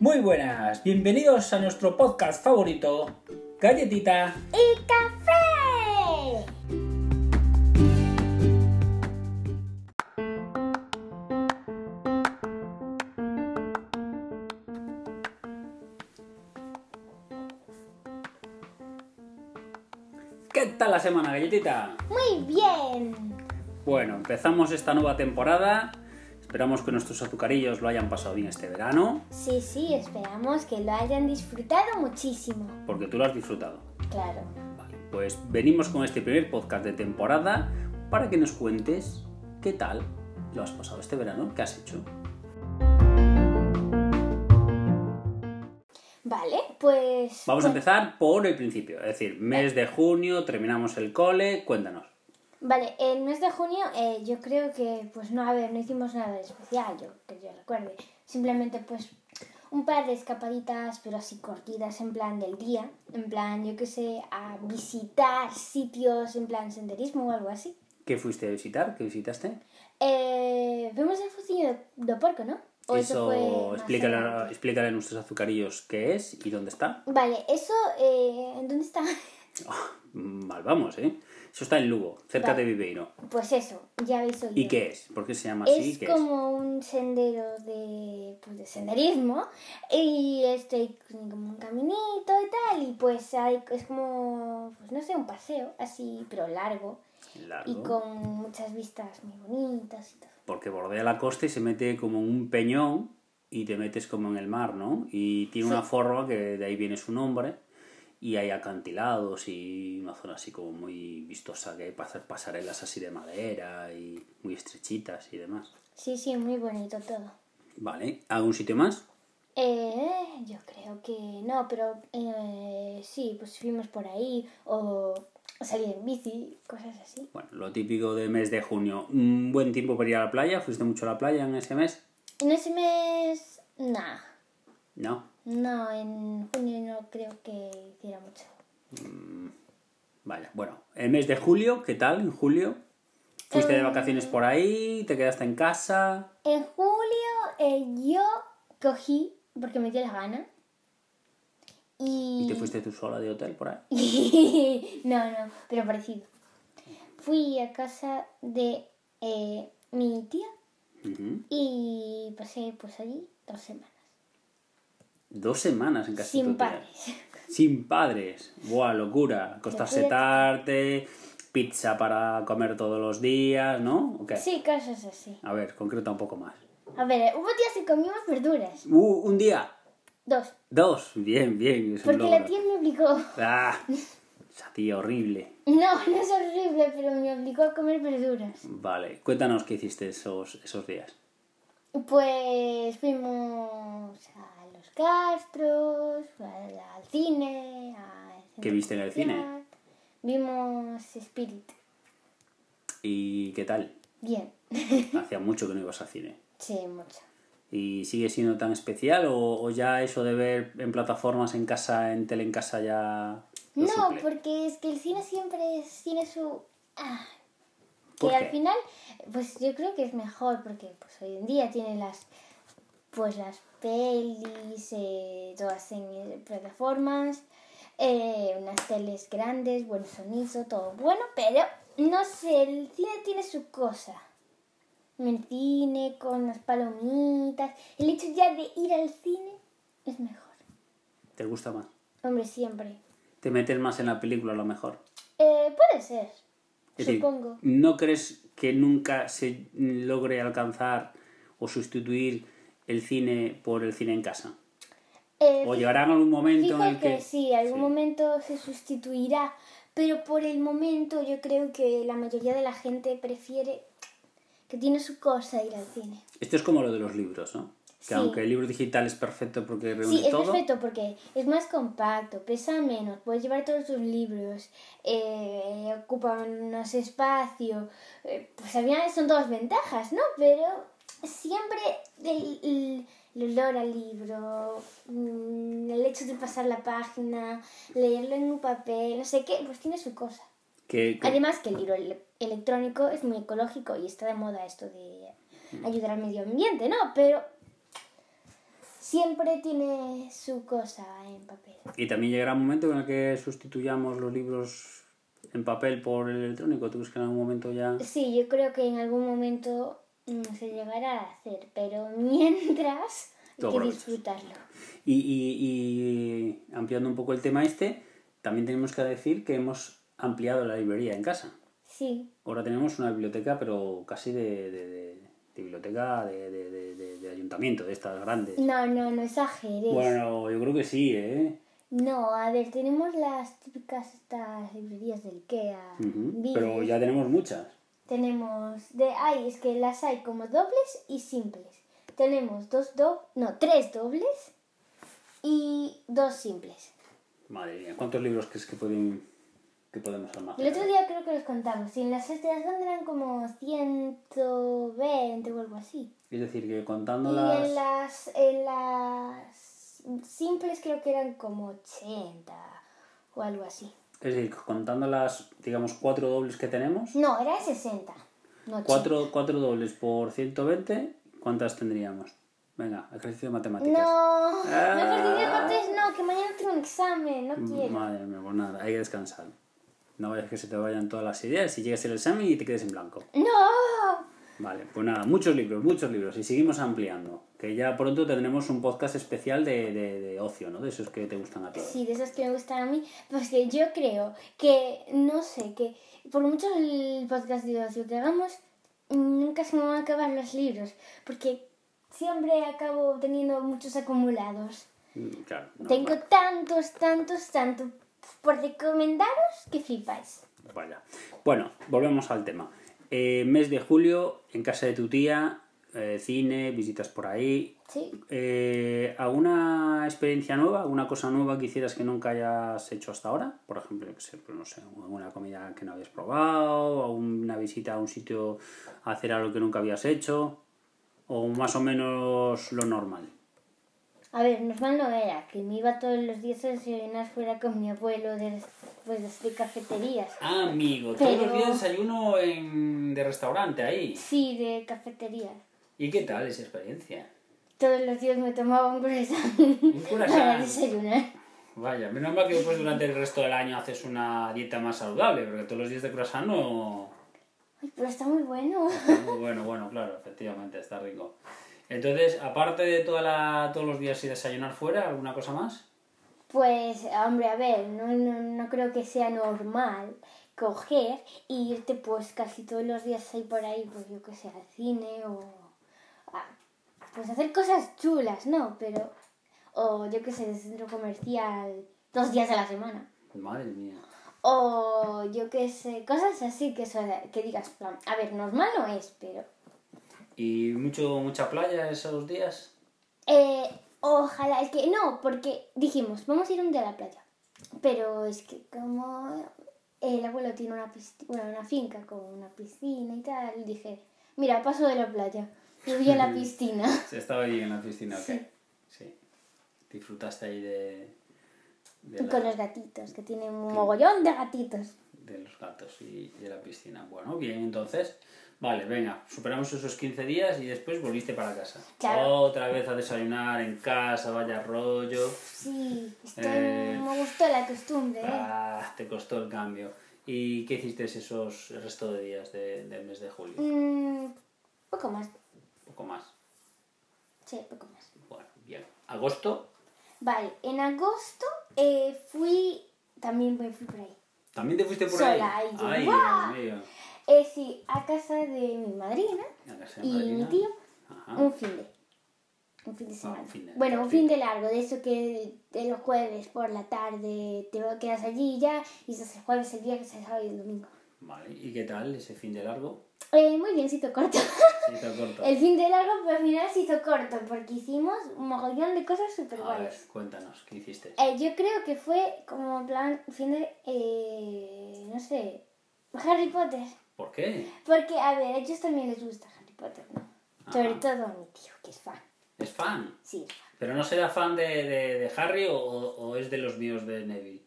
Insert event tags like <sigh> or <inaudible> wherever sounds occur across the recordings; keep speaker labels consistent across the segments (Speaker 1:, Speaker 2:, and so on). Speaker 1: Muy buenas, bienvenidos a nuestro podcast favorito, Galletita.
Speaker 2: y café.
Speaker 1: ¿Qué tal la semana, Galletita?
Speaker 2: Muy bien.
Speaker 1: Bueno, empezamos esta nueva temporada. Esperamos que nuestros azucarillos lo hayan pasado bien este verano,
Speaker 2: Sí, sí, esperamos que lo hayan disfrutado muchísimo.
Speaker 1: porque tú lo has disfrutado.
Speaker 2: Claro.
Speaker 1: Vale, pues venimos con este primer podcast de temporada para que nos cuentes qué tal lo has pasado este verano, qué has hecho.
Speaker 2: Vale, pues...
Speaker 1: Vamos a empezar por el principio, es decir, mes de junio, terminamos el cole, cuéntanos.
Speaker 2: Vale, el mes de junio eh, yo creo que, pues no, a ver, no hicimos nada de especial, yo que yo recuerde. Simplemente, pues, un par de escapaditas, pero así cortitas, en plan del día. En plan, yo qué sé, a visitar sitios, en plan senderismo o algo así.
Speaker 1: ¿Qué fuiste a visitar? ¿Qué visitaste?
Speaker 2: Eh, vemos el fosillo de, de porco, ¿no? ¿O
Speaker 1: eso
Speaker 2: más
Speaker 1: explícale,
Speaker 2: adelante?
Speaker 1: explícale a nuestros azucarillos qué es y dónde está.
Speaker 2: Vale, eso, eh, ¿dónde está? <laughs>
Speaker 1: Mal, vamos, ¿eh? Eso está en Lugo, cerca
Speaker 2: Vale.
Speaker 1: de Viveiro.
Speaker 2: Pues eso, ya habéis oído.
Speaker 1: ¿Y qué es? ¿Por qué se llama así?
Speaker 2: Es
Speaker 1: ¿Qué
Speaker 2: como un sendero de, pues, de senderismo y este y como un caminito y tal y pues hay, es como, pues no sé, un paseo así, pero largo
Speaker 1: es? Largo.
Speaker 2: y con muchas vistas muy bonitas y todo.
Speaker 1: Porque bordea la costa y se mete como en un peñón y te metes como en el mar, ¿no? Y tiene una forma que de ahí viene su nombre y hay acantilados y una zona así como muy vistosa que hay para hacer pasarelas así de madera y muy estrechitas y demás.
Speaker 2: Sí, sí, muy bonito todo.
Speaker 1: Vale, ¿algún sitio más?
Speaker 2: Eh, yo creo que no, pero eh, sí, pues fuimos por ahí o salir en bici, cosas así.
Speaker 1: Bueno, lo típico del mes de junio, un buen tiempo para ir a la playa. ¿Fuiste mucho a la playa en ese mes?
Speaker 2: En ese mes, nah,
Speaker 1: No.
Speaker 2: no, en junio no creo que hiciera mucho.
Speaker 1: Vale, bueno, el mes de julio, ¿qué tal en julio? ¿Fuiste
Speaker 2: Eh,
Speaker 1: de vacaciones por ahí? ¿Te quedaste en casa?
Speaker 2: En julio eh, yo cogí, porque me dio la gana, y...
Speaker 1: ¿Y te fuiste tú sola de hotel por ahí?
Speaker 2: <laughs> no, no, pero parecido. Fui a casa de eh, mi tía
Speaker 1: Ujú.
Speaker 2: y pasé pues allí dos semanas.
Speaker 1: Dos semanas en casa. de
Speaker 2: Sin
Speaker 1: tu tía.
Speaker 2: padres.
Speaker 1: Sin padres. Buah, locura. Acostarse
Speaker 2: Locura.
Speaker 1: tarde, pizza para comer todos los días, ¿no? ¿O qué?
Speaker 2: <laughs> Sí, cosas así.
Speaker 1: A ver, concreta un poco más.
Speaker 2: A ver, hubo días que comimos verduras.
Speaker 1: Uh, un día.
Speaker 2: Dos.
Speaker 1: Dos. Bien, bien. es un
Speaker 2: Porque la
Speaker 1: logro.
Speaker 2: tía me obligó.
Speaker 1: Ah, esa tía horrible.
Speaker 2: No, <laughs> no es horrible, pero me obligó a comer verduras.
Speaker 1: Vale, cuéntanos qué hiciste esos, esos días.
Speaker 2: Pues fuimos a los Castros, al, al cine. al centro
Speaker 1: ¿Qué viste en el cine?
Speaker 2: comercial. Vimos Spirit.
Speaker 1: ¿Y qué tal?
Speaker 2: Bien. <laughs>
Speaker 1: Hacía mucho que no ibas al cine.
Speaker 2: sí, mucho.
Speaker 1: ¿Y sigue siendo tan especial o, o ya eso de ver en plataformas en casa, en tele en casa ya... lo
Speaker 2: No,
Speaker 1: suple?
Speaker 2: porque es que el cine siempre es- tiene su... ah, que
Speaker 1: ¿Por
Speaker 2: al
Speaker 1: qué?
Speaker 2: final, pues yo creo que es mejor, porque pues hoy en día tienen las... Pues las pelis, eh, todas en eh, plataformas, eh, unas teles grandes, buen sonido, todo bueno, pero no sé, el cine tiene su cosa. En el cine, con las palomitas, el hecho ya de ir al cine es mejor.
Speaker 1: ¿Te gusta más?
Speaker 2: Hombre, siempre.
Speaker 1: ¿Te metes más en la película a lo mejor?
Speaker 2: Eh, puede ser.
Speaker 1: Es decir,
Speaker 2: Supongo.
Speaker 1: ¿No crees que nunca se logre alcanzar o sustituir el cine por el cine en casa?
Speaker 2: Eh,
Speaker 1: ¿O llegarán algún momento
Speaker 2: fijo
Speaker 1: en el que...
Speaker 2: que sí, algún
Speaker 1: Sí.
Speaker 2: momento se sustituirá, pero por el momento yo creo que la mayoría de la gente prefiere que tiene su cosa ir al cine.
Speaker 1: Esto Este es como lo de los libros, ¿no? Que
Speaker 2: Sí.
Speaker 1: aunque el libro digital es perfecto porque reúne
Speaker 2: Sí, es
Speaker 1: todo,
Speaker 2: perfecto porque es más compacto, pesa menos, puedes llevar todos tus libros, eh, ocupa menos espacio, eh, pues al final son todas ventajas, ¿no? Pero siempre el, el- el olor al libro, mm, el hecho de pasar la página, leerlo en un papel, no sé qué, pues tiene su cosa.
Speaker 1: que, que-
Speaker 2: Además que el libro ele- electrónico es muy ecológico y está de moda esto de ayudar al medio ambiente, ¿no? Pero siempre tiene su cosa en papel.
Speaker 1: Y también llegará un momento en el que sustituyamos los libros en papel por el electrónico. ¿Tú crees que en algún momento ya...
Speaker 2: Sí, yo creo que en algún momento mm, se llegará a hacer, pero <laughs> mientras
Speaker 1: Tú
Speaker 2: hay que
Speaker 1: aprovechas.
Speaker 2: disfrutarlo.
Speaker 1: Y, y- y ampliando un poco el tema este, también tenemos que decir que hemos ampliado la librería en casa.
Speaker 2: Sí,
Speaker 1: Ahora tenemos una biblioteca, pero casi de, de- de- de biblioteca de, de- de- de- de ayuntamiento, de estas grandes.
Speaker 2: no, no, no exageres.
Speaker 1: Bueno, yo creo que sí, ¿eh?
Speaker 2: No, a ver, tenemos las típicas estas librerías del IKEA.
Speaker 1: Ujú.
Speaker 2: Vives.
Speaker 1: Pero ya tenemos muchas.
Speaker 2: Tenemos de ay, es que las hay como dobles y simples. Tenemos dos do, no, tres dobles y dos simples.
Speaker 1: Madre mía, ¿cuántos libros crees que, pueden, que podemos
Speaker 2: El
Speaker 1: almacenar?
Speaker 2: otro día creo que los contamos, y en las estas grandes eran como 120 o algo así.
Speaker 1: Es decir, que contando
Speaker 2: Y
Speaker 1: las...
Speaker 2: en las en las simples creo que eran como 80 o algo así.
Speaker 1: Es decir, contando las, digamos, cuatro dobles que tenemos,
Speaker 2: No, era 60. No,
Speaker 1: cuatro, cuatro dobles por 120, ¿cuántas tendríamos? Venga, ejercicio de matemáticas.
Speaker 2: No,
Speaker 1: Ah.
Speaker 2: no perdí de partes, no, que mañana tengo un examen, no quiero.
Speaker 1: Madre mía, pues nada, hay que descansar. No vayas que se te vayan todas las ideas y llegues al examen y te quedes en blanco.
Speaker 2: No.
Speaker 1: Vale, pues nada, muchos libros, muchos libros y seguimos ampliando. Que ya pronto tendremos un podcast especial de, de- de ocio, ¿no? De esos que te gustan a ti.
Speaker 2: Sí, de esas que me gustan a mí, pues que yo creo que, no sé, que por mucho el podcast de ocio que hagamos, nunca se me van a acabar los libros, porque siempre acabo teniendo muchos acumulados.
Speaker 1: Mm, Claro. no,
Speaker 2: Tengo
Speaker 1: va-
Speaker 2: tantos, tantos, tantos por recomendaros que flipáis.
Speaker 1: Vaya. Bueno, volvemos al tema. Eh, mes de julio, en casa de tu tía, eh, cine, visitas por ahí.
Speaker 2: Sí.
Speaker 1: Eh, ¿Alguna experiencia nueva, alguna cosa nueva que hicieras que nunca hayas hecho hasta ahora? Por ejemplo, yo qué sé, pues no sé, alguna comida que no habías probado, o una visita a un sitio a hacer algo que nunca habías hecho, o más o menos lo normal.
Speaker 2: A ver, normal no era, que me iba todos los días a desayunar fuera con mi abuelo de, pues, de estas cafeterías.
Speaker 1: Amigo,
Speaker 2: todos los Pero- días
Speaker 1: desayuno de restaurante ahí.
Speaker 2: Sí, de cafeterías.
Speaker 1: ¿Y qué tal esa experiencia?
Speaker 2: Todos los días me tomaba un croissant
Speaker 1: croissant.
Speaker 2: <laughs> para desayunar.
Speaker 1: Vaya, menos mal que después durante el resto del año haces una dieta más saludable, porque todos los días de croissant no...
Speaker 2: Ay, pero está muy bueno.
Speaker 1: Muy bueno, bueno, claro, efectivamente, está rico. Entonces, aparte de toda la, todos los días y desayunar fuera, ¿alguna cosa más?
Speaker 2: Pues, hombre, a ver, no, no, no creo que sea normal coger e irte pues casi todos los días ahí por ahí, pues yo que sé, al cine o... a- pues hacer cosas chulas, ¿no? Pero... O yo que sé, de centro comercial dos días a la semana.
Speaker 1: Madre mía.
Speaker 2: O yo que sé, cosas así que, son- que digas, plan, a ver, normal no es, pero...
Speaker 1: ¿Y mucho, mucha playa esos días?
Speaker 2: Eh, ojalá, es que no, porque dijimos, vamos a ir un día a la playa. Pero es que como el abuelo tiene una, pisci- bueno, una finca con una piscina y tal, dije, mira, paso de la playa. Y voy
Speaker 1: <laughs>
Speaker 2: a la piscina.
Speaker 1: Se estaba ahí en la piscina, ok.
Speaker 2: Sí.
Speaker 1: Sí. Disfrutaste ahí de... de
Speaker 2: Y
Speaker 1: la-
Speaker 2: con los gatitos, que tiene un mogollón de gatitos.
Speaker 1: de los gatos y de la piscina. Bueno, bien, entonces, vale, venga, superamos esos 15 días y después volviste para casa.
Speaker 2: Claro.
Speaker 1: Otra vez a desayunar en casa, vaya rollo.
Speaker 2: Sí, estoy-
Speaker 1: Eh.
Speaker 2: me gustó la costumbre, ¿eh?
Speaker 1: Ah, te costó el cambio. ¿Y qué hiciste esos el resto de días de- del mes de julio? Un
Speaker 2: Mm, poco más,
Speaker 1: poco más.
Speaker 2: sí, poco más.
Speaker 1: Bueno, bien. ¿Agosto?
Speaker 2: Vale, en agosto eh, fui, también me fui por ahí.
Speaker 1: ¿También te fuiste por
Speaker 2: Sola,
Speaker 1: ahí?
Speaker 2: ahí yo.
Speaker 1: Ay,
Speaker 2: ¡Guau!
Speaker 1: Dios mío.
Speaker 2: Eh, sí, a casa de mi madrina
Speaker 1: A casa de
Speaker 2: y mi
Speaker 1: Marina.
Speaker 2: tío
Speaker 1: Ajá.
Speaker 2: un fin de. Un fin de semana.
Speaker 1: Ah. un fin de-
Speaker 2: bueno, un fin de largo, de eso que de los jueves por la tarde te quedas allí y ya y se hace el jueves, el viernes, el sábado y el domingo.
Speaker 1: Vale, ¿y qué tal ese fin de
Speaker 2: <laughs>
Speaker 1: largo?
Speaker 2: Eh, muy bien, se hizo corto. <laughs>
Speaker 1: Sí, te corto.
Speaker 2: el fin de largo, pero al final se hizo corto porque hicimos un mogollón de cosas súper
Speaker 1: A ver,
Speaker 2: guays.
Speaker 1: cuéntanos, ¿qué hiciste?
Speaker 2: Eh, yo creo que fue como en plan fin de, eh, no sé, Harry Potter.
Speaker 1: ¿Por qué?
Speaker 2: Porque, a ver, a ellos también les gusta Harry Potter, ¿no? Sobre
Speaker 1: Ajá.
Speaker 2: todo a mi tío, que es fan.
Speaker 1: ¿Es fan?
Speaker 2: Sí,
Speaker 1: ¿Pero no será fan de, de, de Harry o, o es de los míos de Neville?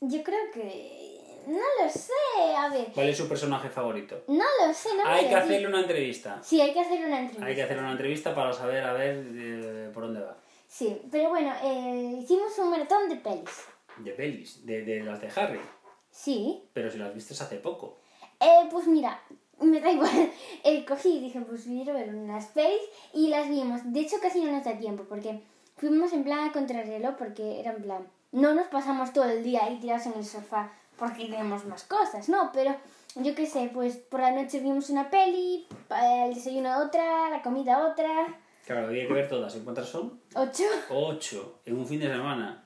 Speaker 2: yo creo que... No lo sé, a ver.
Speaker 1: ¿Cuál es su personaje favorito?
Speaker 2: No lo sé, no
Speaker 1: Hay
Speaker 2: me
Speaker 1: que
Speaker 2: lo di-
Speaker 1: hacerle una entrevista.
Speaker 2: Sí, hay que hacer una entrevista.
Speaker 1: Hay que hacer una entrevista para saber a ver eh, por dónde va.
Speaker 2: Sí, pero bueno, eh, hicimos un maratón de pelis.
Speaker 1: De pelis, de, de las de Harry.
Speaker 2: Sí.
Speaker 1: Pero si las viste hace poco.
Speaker 2: Eh, pues mira, me da igual. <laughs> Eh, cogí y dije, pues quiero ver unas pelis y las vimos. De hecho, casi no nos da tiempo porque fuimos en plan contrarreloj porque era en plan, no nos pasamos todo el día ahí tirados en el sofá porque tenemos más cosas, ¿no? Pero yo qué sé, pues por la noche vimos una peli, pa- el desayuno otra, la comida otra,
Speaker 1: Claro, había que ver todas. ¿En cuántas son?
Speaker 2: ocho.
Speaker 1: Ocho. En un fin de semana.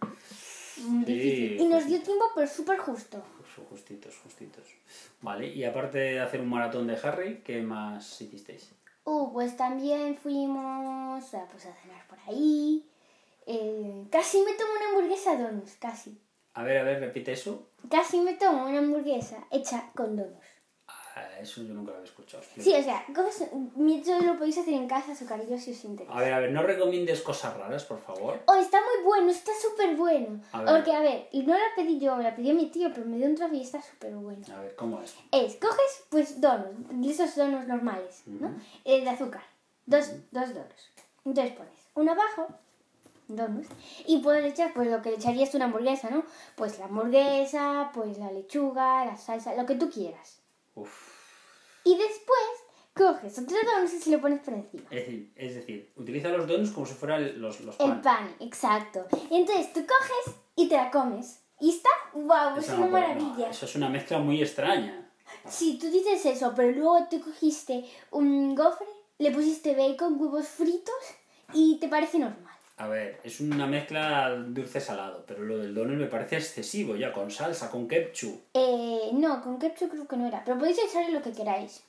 Speaker 2: Mm,
Speaker 1: Sí,
Speaker 2: difícil. Y nos
Speaker 1: pues-
Speaker 2: dio tiempo, pero súper justo.
Speaker 1: Pues son justitos, justitos. Vale, y aparte de hacer un maratón de Harry, ¿qué más hicisteis?
Speaker 2: Uh, pues también fuimos a, pues, a cenar por ahí. Eh, casi me tomo una hamburguesa donos, casi.
Speaker 1: A ver, a ver, repite eso.
Speaker 2: Casi me tomo una hamburguesa hecha con donos.
Speaker 1: Ah, eso yo nunca lo había escuchado.
Speaker 2: Sí, o sea, coges- eso lo podéis hacer en casa, azucarillo, si os interesa.
Speaker 1: A ver, a ver, no recomiendes cosas raras, por favor.
Speaker 2: Oh, está muy bueno, está súper bueno.
Speaker 1: A ver.
Speaker 2: Porque, a ver, y no la pedí yo, me la pidió mi tío, pero me dio un trozo y está súper bueno.
Speaker 1: A ver, ¿cómo es?
Speaker 2: Es, coges, pues, donos, de esos donos normales, ¿no? Eh, de azúcar, dos, dos donos. Entonces pones uno abajo, donos, y puedes echar, pues, lo que le echarías tú a una hamburguesa, ¿no? Pues la hamburguesa, pues la lechuga, la salsa, lo que tú quieras.
Speaker 1: Uf.
Speaker 2: Y después coges otro donos y se lo pones por encima.
Speaker 1: Es decir, es decir, utiliza los donos como si fueran los, los
Speaker 2: El
Speaker 1: pan.
Speaker 2: pan, exacto. Entonces tú coges y te la comes. Y está, wow, es
Speaker 1: Eso
Speaker 2: una
Speaker 1: no puede- no,
Speaker 2: maravilla.
Speaker 1: eso es una mezcla muy extraña.
Speaker 2: Si tú dices eso, pero luego tú cogiste un gofre, le pusiste bacon, huevos fritos y te parece normal.
Speaker 1: A ver, es una mezcla dulce-salado, pero lo del donut me parece excesivo ya, con salsa, con ketchup.
Speaker 2: Eh, no, con ketchup creo que no era, pero podéis echarle lo que queráis.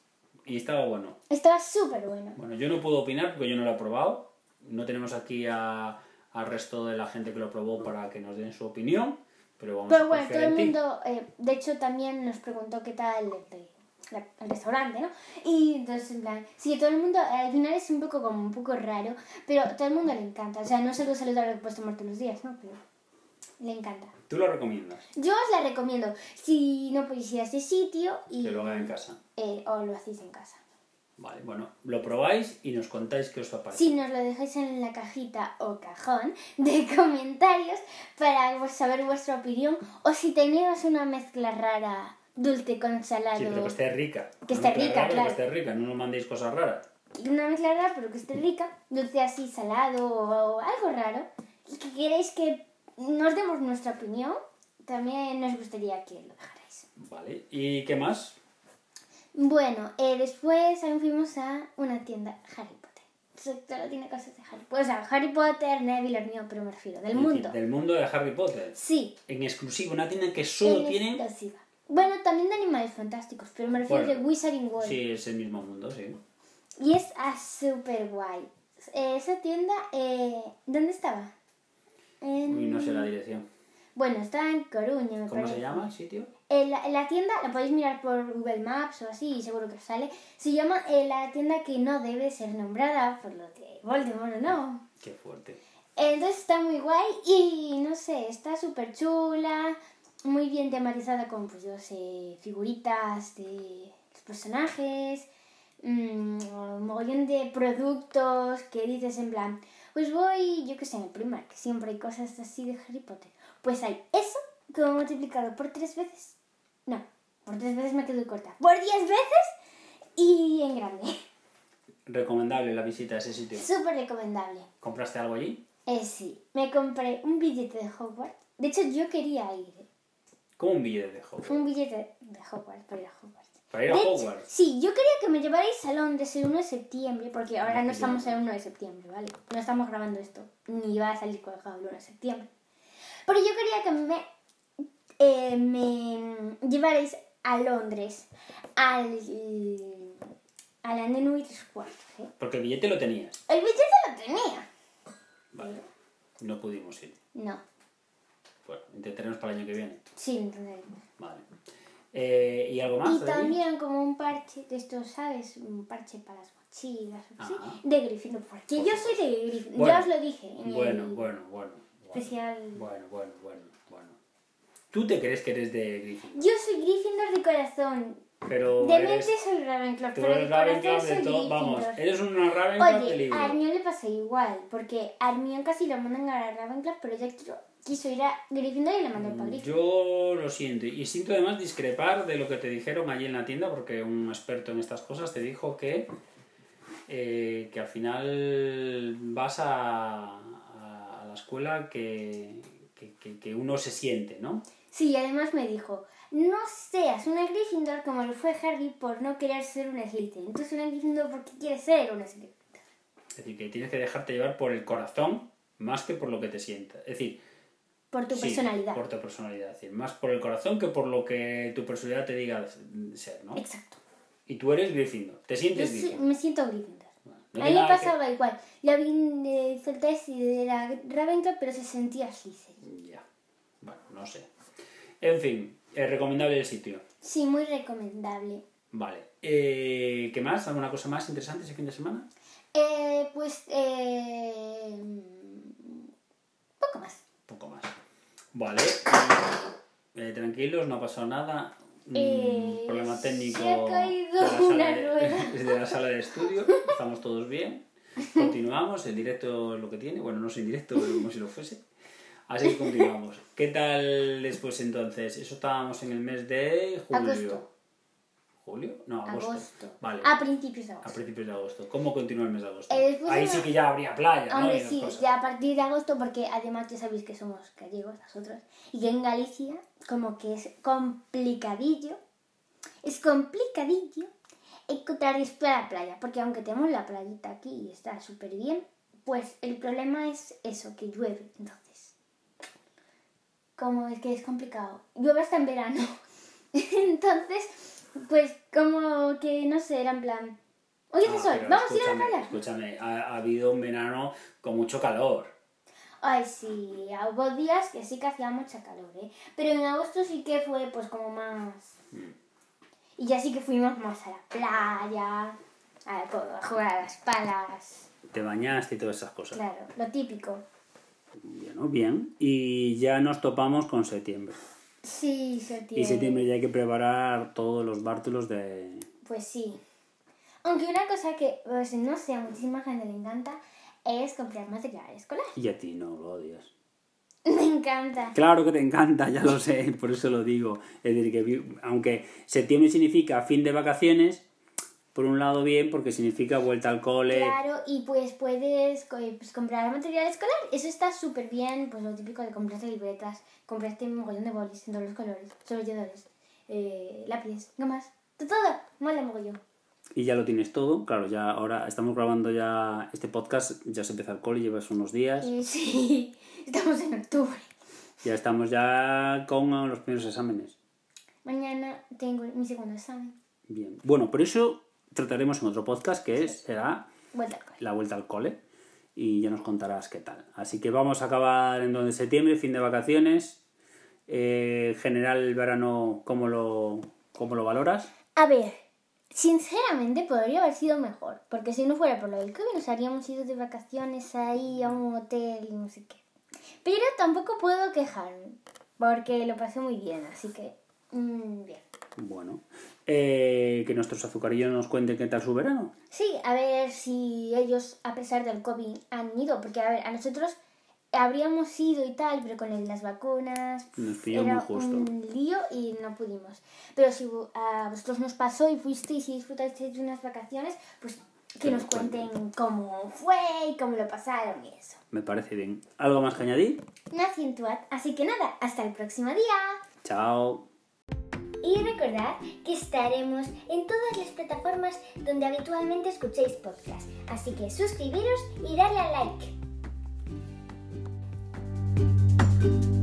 Speaker 1: Y estaba bueno.
Speaker 2: Estaba súper bueno.
Speaker 1: Bueno, yo no puedo opinar porque yo no lo he probado. No tenemos aquí a- al resto de la gente que lo probó para que nos den su opinión. Pero vamos
Speaker 2: Pero
Speaker 1: a
Speaker 2: bueno, todo
Speaker 1: confiar
Speaker 2: el
Speaker 1: en ti.
Speaker 2: mundo, eh, de hecho también nos preguntó qué tal el, el- la- el restaurante, ¿no? Y entonces, en plan, sí, todo el mundo, eh, al final es un poco como un poco raro, pero todo el mundo le encanta. O sea, no es algo saludable que puedes tomar todos los días, ¿no? Pero le encanta.
Speaker 1: Tú lo recomiendas,
Speaker 2: Yo os la recomiendo, si no podéis ir a ese sitio y,
Speaker 1: que lo hagan en casa.
Speaker 2: eh, o lo hacéis en casa.
Speaker 1: Vale, bueno, lo probáis y nos contáis qué os ha parecido.
Speaker 2: Si nos lo dejáis en la cajita o cajón de <laughs> comentarios para pues, saber vuestra opinión o si tenéis una mezcla rara dulce con salado.
Speaker 1: Sí, pero que esté rica.
Speaker 2: Que esté
Speaker 1: No,
Speaker 2: rica,
Speaker 1: pero
Speaker 2: claro.
Speaker 1: Que esté rica, no nos mandéis cosas raras.
Speaker 2: y una mezcla rara, pero que esté rica, dulce así, salado o, o algo raro, y que queréis que nos demos nuestra opinión, también nos gustaría que lo dejarais.
Speaker 1: Vale, ¿y qué más?
Speaker 2: Bueno, eh, después también fuimos a una tienda Harry Potter. So- Solo tiene cosas de Harry Potter. O sea, Harry Potter, Neville, Hermione, pero me refiero, del
Speaker 1: Es decir,
Speaker 2: mundo.
Speaker 1: Del mundo de Harry Potter.
Speaker 2: Sí,
Speaker 1: En exclusiva, una tienda que solo
Speaker 2: en
Speaker 1: tiene...
Speaker 2: exclusiva. Bueno, también de animales fantásticos, pero me refiero
Speaker 1: Bueno,
Speaker 2: de Wizarding World.
Speaker 1: Sí, es el mismo mundo, sí.
Speaker 2: Y es ah, súper guay. Eh, esa tienda, eh, ¿dónde estaba? En-
Speaker 1: Uy, no sé la dirección.
Speaker 2: Bueno, está en Coruña, me
Speaker 1: ¿Cómo
Speaker 2: parece.
Speaker 1: se llama el sitio?
Speaker 2: Eh, la, la tienda, la podéis mirar por Google Maps o así, y seguro que os sale. Se llama eh, la tienda que no debe ser nombrada por lo de Voldemort, ¿no?
Speaker 1: Qué fuerte.
Speaker 2: Entonces está muy guay y no sé, está súper chula, muy bien tematizada con, pues yo sé, figuritas de los personajes, mm, un mogollón de productos que dices en plan, pues voy, yo que sé, en el Primark, que siempre hay cosas así de Harry Potter. Pues hay eso, como multiplicado por tres veces, no, por tres veces me quedo corta, por diez veces y en grande.
Speaker 1: Recomendable la visita a ese sitio.
Speaker 2: <laughs> Súper recomendable.
Speaker 1: ¿Compraste algo allí?
Speaker 2: Eh, sí, me compré un billete de Hogwarts. De hecho, yo quería ir. eh.
Speaker 1: Como un billete de Hogwarts.
Speaker 2: Un billete de Hogwarts para ir a Hogwarts.
Speaker 1: Para ir a
Speaker 2: De hecho,
Speaker 1: Hogwarts.
Speaker 2: sí, yo quería que me llevarais a Londres el 1 de septiembre, porque ahora
Speaker 1: Ah,
Speaker 2: no
Speaker 1: qué
Speaker 2: estamos
Speaker 1: bien.
Speaker 2: el 1 de septiembre, ¿vale? No estamos grabando esto, ni va a salir colgado el 1 de septiembre. Pero yo quería que me, eh, me llevarais a Londres, al, a la Nenui tres cuartos, ¿eh?
Speaker 1: Porque el billete lo tenías.
Speaker 2: El billete lo tenía.
Speaker 1: Vale. No pudimos ir.
Speaker 2: No,
Speaker 1: Bueno, intentaremos para el año que viene.
Speaker 2: sí, no tenía.
Speaker 1: Vale. Eh, ¿Y algo más?
Speaker 2: Y
Speaker 1: de allí?
Speaker 2: también como un parche de estos, ¿sabes? Un parche para las mochilas o así,
Speaker 1: Ajá.
Speaker 2: de Gryffindor. Porque yo soy de Gryffindor,
Speaker 1: Bueno,
Speaker 2: ya os lo dije. En
Speaker 1: Bueno,
Speaker 2: el
Speaker 1: bueno, bueno. Bueno,
Speaker 2: Em, Especial.
Speaker 1: bueno, bueno, bueno. bueno. ¿Tú te crees que eres de Griffin?
Speaker 2: Yo soy Gryffindor de corazón.
Speaker 3: Pero
Speaker 2: De
Speaker 3: eres-
Speaker 2: mente soy Ravenclaw,
Speaker 3: tú
Speaker 2: pero de
Speaker 3: eres Ravenclaw
Speaker 2: corazón
Speaker 3: de
Speaker 2: soy
Speaker 3: todo. Vamos,
Speaker 2: Gryffindor.
Speaker 3: eres una Ravenclaw de
Speaker 2: Oye,
Speaker 3: libro.
Speaker 2: a Hermione le pasa igual, porque a Hermione casi la mandan a Ravenclaw, pero ella quiso, quiso ir a Gryffindor y la mandan para Gryffindor.
Speaker 3: Mm, Yo lo siento, y siento además discrepar de lo que te dijeron allí en la tienda, porque un experto en estas cosas te dijo que, eh, que al final vas a, a- a la escuela que, que- que- que uno se siente, ¿no?
Speaker 2: Sí, y además me dijo, no seas una Gryffindor como lo fue Harry por no querer ser un Slytherin. Tú eres una Gryffindor porque quieres ser una Slytherin.
Speaker 3: Es decir, que tienes que dejarte llevar por el corazón más que por lo que te sientas. Es decir,
Speaker 2: Por tu
Speaker 3: sí,
Speaker 2: personalidad.
Speaker 3: por tu personalidad, es decir, más por el corazón que por lo que tu personalidad te diga ser, ¿no?
Speaker 2: Exacto.
Speaker 3: Y tú eres Gryffindor, te
Speaker 2: Yo
Speaker 3: sientes
Speaker 2: sí-
Speaker 3: Gryffindor.
Speaker 2: me siento Gryffindor.
Speaker 3: No
Speaker 2: a
Speaker 3: hay
Speaker 2: mí me
Speaker 3: nada que-
Speaker 2: pasaba igual. Ya vi eh, hizo el test y era Ravenclaw, pero se sentía Slytherin.
Speaker 3: Ya. Bueno, no sé. En fin, es recomendable el sitio.
Speaker 2: Sí, muy recomendable.
Speaker 3: Vale. Eh, ¿Qué más? ¿Alguna cosa más interesante ese fin de semana?
Speaker 2: Eh, pues, eh, mm, poco más.
Speaker 3: Poco más. Vale. Eh, tranquilos, no ha pasado nada. Mm,
Speaker 2: Eh,
Speaker 3: problema
Speaker 2: se
Speaker 3: técnico.
Speaker 2: ha caído
Speaker 3: <laughs> de la sala
Speaker 2: una
Speaker 3: de-
Speaker 2: rueda.
Speaker 3: de la sala de estudio. Estamos todos bien. Continuamos. El directo es lo que tiene. Bueno, no es en directo, pero como si lo fuese. Así que continuamos. ¿Qué tal después entonces? Eso estábamos en el mes de julio.
Speaker 2: Agosto.
Speaker 3: ¿Julio? No, agosto.
Speaker 2: Agosto.
Speaker 3: Vale.
Speaker 2: A principios de agosto.
Speaker 3: A principios de agosto. ¿Cómo continúa el mes de agosto?
Speaker 2: Eh, después
Speaker 3: Ahí
Speaker 2: de
Speaker 3: sí
Speaker 2: la-
Speaker 3: que ya habría playa, ¿no? Y
Speaker 2: Hombre,
Speaker 3: las
Speaker 2: sí,
Speaker 3: cosas.
Speaker 2: ya a partir de agosto, porque además ya sabéis que somos gallegos nosotros, y que en Galicia como que es complicadillo, es complicadillo encontrar esto a la playa, porque aunque tenemos la playita aquí y está súper bien, pues el problema es eso, que llueve, entonces, como es que es complicado, llueve hasta en verano, <laughs> entonces, pues como que no sé, era en plan, hoy hace
Speaker 3: Ah,
Speaker 2: sol,
Speaker 3: pero
Speaker 2: vamos a ir a la
Speaker 3: escúchame,
Speaker 2: playa.
Speaker 3: Escúchame, ha, ha habido un verano con mucho calor.
Speaker 2: Ay, sí, hubo días que sí que hacía mucha calor, ¿eh? Pero en agosto sí que fue, pues, como más...
Speaker 1: Mm.
Speaker 2: Y ya sí que fuimos más a la playa, a, po- a jugar a las palas,
Speaker 1: Te bañaste y todas esas cosas.
Speaker 2: claro, lo típico.
Speaker 1: Bueno, bien. Y ya nos topamos con septiembre.
Speaker 2: Sí, septiembre.
Speaker 1: Y septiembre ya hay que preparar todos los bártulos de...
Speaker 2: Pues sí. Aunque una cosa que, pues, no sé, a muchísima gente le encanta es comprar material escolar. <laughs>
Speaker 1: Y a ti no, lo odias.
Speaker 2: Me encanta.
Speaker 1: Claro que te encanta, ya lo sé, <laughs> por eso lo digo. Es decir, que vi- aunque septiembre significa fin de vacaciones, por un lado bien, porque significa vuelta al cole.
Speaker 2: Claro, y pues puedes co- eh, pues, comprar material escolar. Eso está súper bien, pues lo típico de comprarte libretas, comprarte un mogollón de bolis en todos los colores, sobrelladores, eh, lápices, gomas, de todo. Mola mogollón.
Speaker 1: Y ya lo tienes todo. Claro, ya ahora estamos grabando ya este podcast, ya se empieza el cole, llevas unos días.
Speaker 2: Y Eh, <laughs> sí, estamos en octubre.
Speaker 1: Ya estamos ya con los primeros exámenes.
Speaker 2: Mañana tengo mi segundo examen.
Speaker 1: Bien. Bueno, por eso trataremos en otro podcast que es, será
Speaker 2: Vuelta al cole.
Speaker 1: la vuelta al cole y ya nos contarás qué tal. Así que vamos a acabar en donde septiembre, fin de vacaciones. Eh, en general, el verano, ¿cómo lo, cómo lo valoras?
Speaker 2: A ver, sinceramente podría haber sido mejor, porque si no fuera por lo del COVID nos habríamos ido de vacaciones ahí a un hotel y no sé qué. Pero tampoco puedo quejarme, porque lo pasé muy bien, así que... mm, bien.
Speaker 1: Bueno, eh, que nuestros azucarillos nos cuenten qué tal su verano.
Speaker 2: Sí, a ver si ellos, a pesar del COVID, han ido, porque a ver, a nosotros habríamos ido y tal, pero con el- las vacunas
Speaker 1: Nos pilló muy
Speaker 2: era
Speaker 1: justo.
Speaker 2: un lío y no pudimos. Pero si vo- a vosotros nos pasó y fuisteis y disfrutasteis de unas vacaciones, pues que nos cuenten cómo fue y cómo lo pasaron y eso.
Speaker 1: Me parece bien. ¿Algo más que añadir?
Speaker 2: Nací en Tuat, así que nada, hasta el próximo día.
Speaker 1: Chao.
Speaker 2: Y recordad que estaremos en todas las plataformas donde habitualmente escuchéis podcast. Así que suscribiros y darle a like.